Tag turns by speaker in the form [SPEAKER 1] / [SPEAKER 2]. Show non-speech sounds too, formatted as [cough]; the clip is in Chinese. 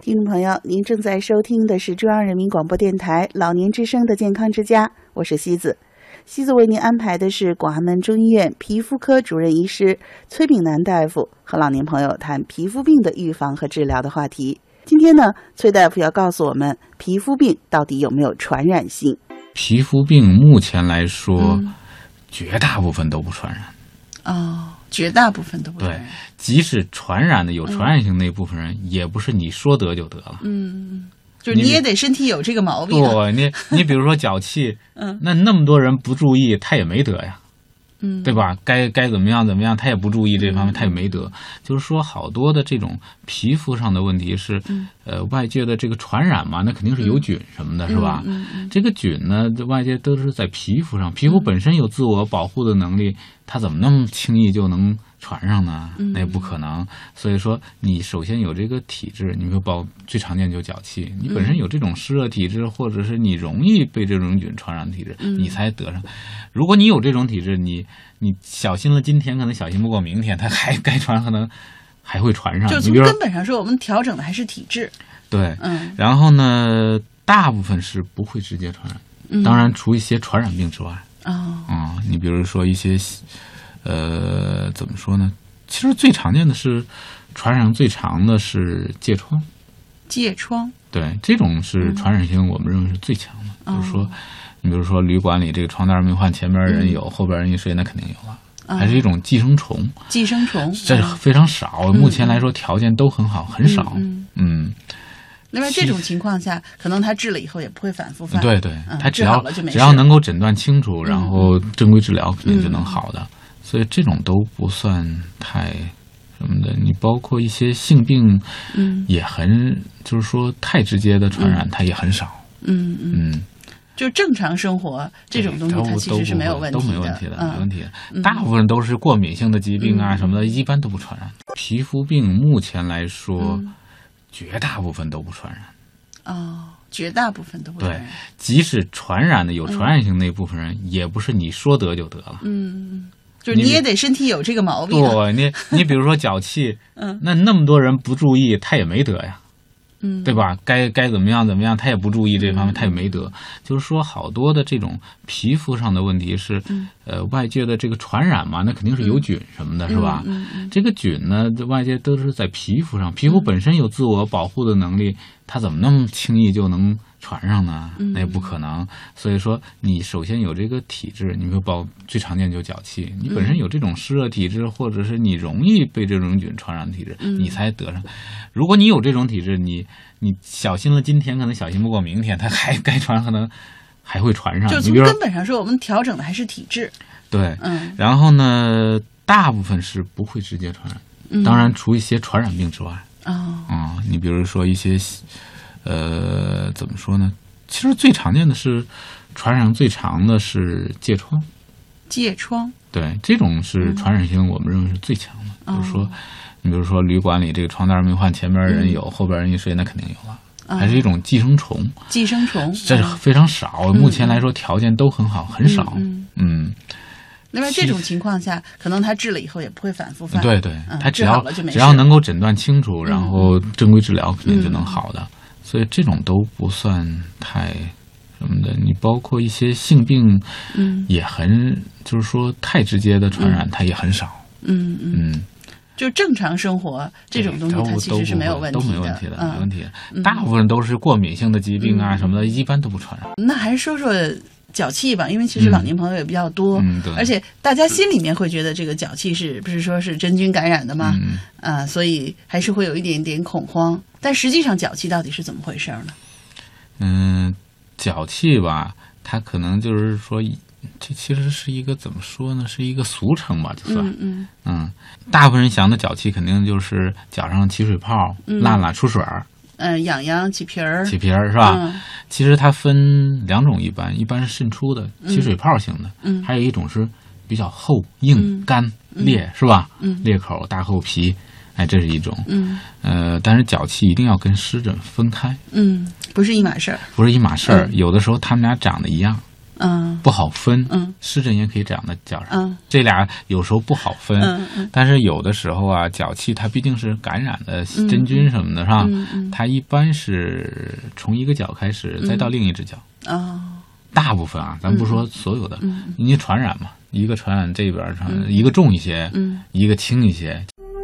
[SPEAKER 1] 听众朋友，您正在收听的是中央人民广播电台老年之声的健康之家，我是西子。西子为您安排的是广安门中医院皮肤科主任医师崔炳南大夫和老年朋友谈皮肤病的预防和治疗的话题。今天呢，崔大夫要告诉我们，皮肤病到底有没有传染性？
[SPEAKER 2] 皮肤病目前来说，
[SPEAKER 3] 嗯
[SPEAKER 2] 绝大部分都不传染。
[SPEAKER 3] 哦，绝大部分都不
[SPEAKER 2] 对，即使传染的有传染性那部分人，也不是你说得就得了。
[SPEAKER 3] 嗯，就是你也得身体有这个毛病、啊，
[SPEAKER 2] 对你，哦你比如说脚气，
[SPEAKER 3] [laughs] 嗯
[SPEAKER 2] 那那么多人不注意，他也没得呀，
[SPEAKER 3] 嗯，
[SPEAKER 2] 对吧？该该怎么样怎么样，他也不注意这方面，他也没得。就是说，好多的这种皮肤上的问题是，
[SPEAKER 3] 嗯
[SPEAKER 2] 呃，外界的这个传染嘛，那肯定是有菌什么的，是吧？
[SPEAKER 3] 嗯嗯
[SPEAKER 2] 这个菌呢，这外界都是在皮肤上，皮肤本身有自我保护的能力，它怎么那么轻易就能传上呢？
[SPEAKER 3] 嗯
[SPEAKER 2] 那也不可能。所以说，你首先有这个体质，你说包最常见就脚气，你本
[SPEAKER 3] 嗯
[SPEAKER 2] 身有这种湿热体质，或者是你容易被这种菌传染体质，
[SPEAKER 3] 嗯
[SPEAKER 2] 你才得上。如果你有这种体质，你你小心了今天，可能小心不过明天，它还该传，可能 [laughs] 还会传上。
[SPEAKER 3] 就
[SPEAKER 2] 啊你
[SPEAKER 3] 从
[SPEAKER 2] 比如
[SPEAKER 3] 根
[SPEAKER 2] 说，
[SPEAKER 3] 本上说，我们调整的还是体质，
[SPEAKER 2] 对，
[SPEAKER 3] 嗯，
[SPEAKER 2] 然后呢，大部分是不会直接传染。
[SPEAKER 3] 嗯
[SPEAKER 2] 当然，除一些传染病之外，
[SPEAKER 3] 哦，
[SPEAKER 2] 啊、你比如说一些，呃，怎么说呢？其实最常见的是，传染最长的是疥疮，
[SPEAKER 3] 疥疮，
[SPEAKER 2] 对，这种是传染性，我们认为是最强的。
[SPEAKER 3] 嗯哦
[SPEAKER 2] 就是说，你比如说旅馆里这个床单没换，前边
[SPEAKER 3] 嗯
[SPEAKER 2] 人有，后边人一睡，那肯定有了。
[SPEAKER 3] 啊
[SPEAKER 2] 还是一种寄生虫，
[SPEAKER 3] 寄生虫，
[SPEAKER 2] 这
[SPEAKER 3] 嗯
[SPEAKER 2] 非常少。目前来说，条件都很好，很少。
[SPEAKER 3] 嗯
[SPEAKER 2] 嗯，
[SPEAKER 3] 另外这种情况下，可能他治了以后也不会反复犯，
[SPEAKER 2] 对对，
[SPEAKER 3] 嗯
[SPEAKER 2] 他只
[SPEAKER 3] 治好
[SPEAKER 2] 要
[SPEAKER 3] 了就没
[SPEAKER 2] 只
[SPEAKER 3] 事
[SPEAKER 2] 要
[SPEAKER 3] 了
[SPEAKER 2] 能够诊断清楚，然
[SPEAKER 3] 嗯
[SPEAKER 2] 后正规治疗，肯定就能好的。所以这种都不算太什么的。你包括一些性病
[SPEAKER 3] 嗯
[SPEAKER 2] 也很，就是说太直接的传染，它也很少。
[SPEAKER 3] 嗯嗯，
[SPEAKER 2] 嗯，
[SPEAKER 3] 就正常生活这种东西，它
[SPEAKER 2] 都
[SPEAKER 3] 其
[SPEAKER 2] 都
[SPEAKER 3] 实是
[SPEAKER 2] 不
[SPEAKER 3] 没有
[SPEAKER 2] 会
[SPEAKER 3] 问
[SPEAKER 2] 都
[SPEAKER 3] 题
[SPEAKER 2] 没问题的，没问
[SPEAKER 3] 嗯
[SPEAKER 2] 题的。大部分都是过敏性的疾病啊
[SPEAKER 3] 嗯
[SPEAKER 2] 什么的，一般都不传染。皮肤病目前来说，
[SPEAKER 3] 嗯
[SPEAKER 2] 绝大部分都不传染。
[SPEAKER 3] 哦，绝大部分都不
[SPEAKER 2] 对
[SPEAKER 3] 传染，
[SPEAKER 2] 即使传染的有传染性那部分人，也不是你说得就得了。
[SPEAKER 3] 嗯，就是你也得身体有这个毛病、啊，
[SPEAKER 2] 对你，你比如说脚气，
[SPEAKER 3] [laughs] 嗯
[SPEAKER 2] 那那么多人不注意，他也没得呀，
[SPEAKER 3] 嗯，
[SPEAKER 2] 对吧？该该怎么样怎么样，他也不注意这方面，他也没得。就是说，好多的这种皮肤上的问题是，
[SPEAKER 3] 嗯
[SPEAKER 2] 呃，外界的这个传染嘛，那肯定是有菌什么的，是吧？
[SPEAKER 3] 嗯嗯
[SPEAKER 2] 这个菌呢，这外界都是在皮肤上，皮肤本身有自我保护的能力，它怎么那么轻易就能传上呢？
[SPEAKER 3] 嗯
[SPEAKER 2] 那也不可能。所以说，你首先有这个体质，你说包最常见就脚气，你本
[SPEAKER 3] 嗯
[SPEAKER 2] 身有这种湿热体质，或者是你容易被这种菌传染体质，
[SPEAKER 3] 嗯
[SPEAKER 2] 你才得上。如果你有这种体质，你你小心了今天，可能小心不过明天，它还该传，可能 [laughs] 还会传上。
[SPEAKER 3] 就
[SPEAKER 2] 你
[SPEAKER 3] 从
[SPEAKER 2] 比如
[SPEAKER 3] 根
[SPEAKER 2] 说，
[SPEAKER 3] 本上说，我们调整的还是体质，
[SPEAKER 2] 对，
[SPEAKER 3] 嗯，
[SPEAKER 2] 然后呢，大部分是不会直接传染。
[SPEAKER 3] 嗯
[SPEAKER 2] 当然，除一些传染病之外，
[SPEAKER 3] 哦，
[SPEAKER 2] 啊、你比如说一些，呃，怎么说呢？其实最常见的是，传染最长的是疥疮，
[SPEAKER 3] 疥疮，
[SPEAKER 2] 对，这种是
[SPEAKER 3] 嗯
[SPEAKER 2] 传染性，我们认为是最强的。
[SPEAKER 3] 哦
[SPEAKER 2] 就是说，你比如说旅馆里这个床单没换，前边
[SPEAKER 3] 嗯
[SPEAKER 2] 人有，后边人一睡，那肯定有了。
[SPEAKER 3] 啊
[SPEAKER 2] 还是一种寄生虫，
[SPEAKER 3] 寄生虫，
[SPEAKER 2] 这
[SPEAKER 3] 嗯
[SPEAKER 2] 非常少。目前来说，条件都很好，很少。
[SPEAKER 3] 嗯
[SPEAKER 2] 嗯
[SPEAKER 3] 另外这种情况下，可能他治了以后也不会反复犯，
[SPEAKER 2] 对对，
[SPEAKER 3] 嗯
[SPEAKER 2] 他只
[SPEAKER 3] 治好
[SPEAKER 2] 要
[SPEAKER 3] 了就没事
[SPEAKER 2] 只
[SPEAKER 3] 嗯
[SPEAKER 2] 要
[SPEAKER 3] 了
[SPEAKER 2] 能够诊断清楚，然后正规治疗，肯定就能好的。所以这种都不算太什么的。你包括一些性病
[SPEAKER 3] 嗯
[SPEAKER 2] 也很，就是说太直接的传染，它也很少。
[SPEAKER 3] 嗯嗯，
[SPEAKER 2] 嗯，
[SPEAKER 3] 就正常生活这种东西，它
[SPEAKER 2] 都
[SPEAKER 3] 其
[SPEAKER 2] 都
[SPEAKER 3] 实是
[SPEAKER 2] 不
[SPEAKER 3] 没有
[SPEAKER 2] 会
[SPEAKER 3] 问
[SPEAKER 2] 都
[SPEAKER 3] 题
[SPEAKER 2] 没问题的，没问
[SPEAKER 3] 嗯，
[SPEAKER 2] 题的。大部分都是过敏性的疾病啊什么的，一般都不传染。
[SPEAKER 3] 那还是说说脚气吧，因为其实老年朋友也比较多，
[SPEAKER 2] 嗯，对，
[SPEAKER 3] 而且大家心里面会觉得这个脚气是不是说是真菌感染的吗？
[SPEAKER 2] 嗯。
[SPEAKER 3] 啊，所以还是会有一点点恐慌。但实际上，脚气到底是怎么回事儿呢？
[SPEAKER 2] 嗯，脚气吧，它可能就是说，这其实是一个怎么说呢？是一个俗称吧，就算。
[SPEAKER 3] 嗯嗯
[SPEAKER 2] 嗯，大部分人想的脚气肯定就是脚上起水泡、
[SPEAKER 3] 嗯
[SPEAKER 2] 烂了、出水儿、
[SPEAKER 3] 嗯，痒痒、起皮儿，
[SPEAKER 2] 起皮儿，啊是吧？
[SPEAKER 3] 嗯
[SPEAKER 2] 其实它分两种，一般一般是渗出的起水泡型的，
[SPEAKER 3] 嗯
[SPEAKER 2] 还有一种是比较厚、硬、
[SPEAKER 3] 嗯
[SPEAKER 2] 干、裂，是吧？
[SPEAKER 3] 嗯
[SPEAKER 2] 裂口、大厚皮，哎，这是一种。
[SPEAKER 3] 嗯
[SPEAKER 2] 呃，但是脚气一定要跟湿疹分开，
[SPEAKER 3] 嗯，不是一码事儿。
[SPEAKER 2] 不是一码事儿。有的时候它们俩长得一样，
[SPEAKER 3] 嗯
[SPEAKER 2] 不好分。
[SPEAKER 3] 嗯
[SPEAKER 2] 湿疹也可以长在脚上，
[SPEAKER 3] 嗯
[SPEAKER 2] 这俩有时候不好分。
[SPEAKER 3] 嗯嗯
[SPEAKER 2] 但是有的时候啊，脚气它毕竟是感染的真菌什么的，是吧？
[SPEAKER 3] 嗯嗯
[SPEAKER 2] 它一般是从一个脚开始，再到另一只脚。
[SPEAKER 3] 啊
[SPEAKER 2] 大部分啊，咱不说所有的，
[SPEAKER 3] 嗯
[SPEAKER 2] 你传染嘛，一个传染这边儿传染，一个重一些，
[SPEAKER 3] 嗯
[SPEAKER 2] 一个轻一些，